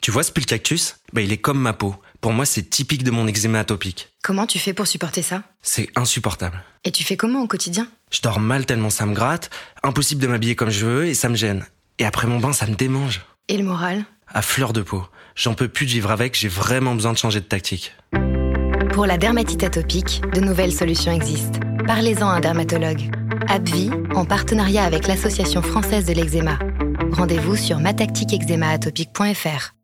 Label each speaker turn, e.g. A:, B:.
A: Tu vois ce pull cactus Bah il est comme ma peau. Pour moi, c'est typique de mon eczéma atopique.
B: Comment tu fais pour supporter ça
A: C'est insupportable.
B: Et tu fais comment au quotidien
A: Je dors mal tellement ça me gratte, impossible de m'habiller comme je veux et ça me gêne. Et après mon bain, ça me démange.
B: Et le moral
A: À fleur de peau. J'en peux plus de vivre avec, j'ai vraiment besoin de changer de tactique.
B: Pour la dermatite atopique, de nouvelles solutions existent. Parlez-en à un dermatologue. AbbVie, en partenariat avec l'Association française de l'eczéma. Rendez-vous sur matactiqueczémaatopique.fr.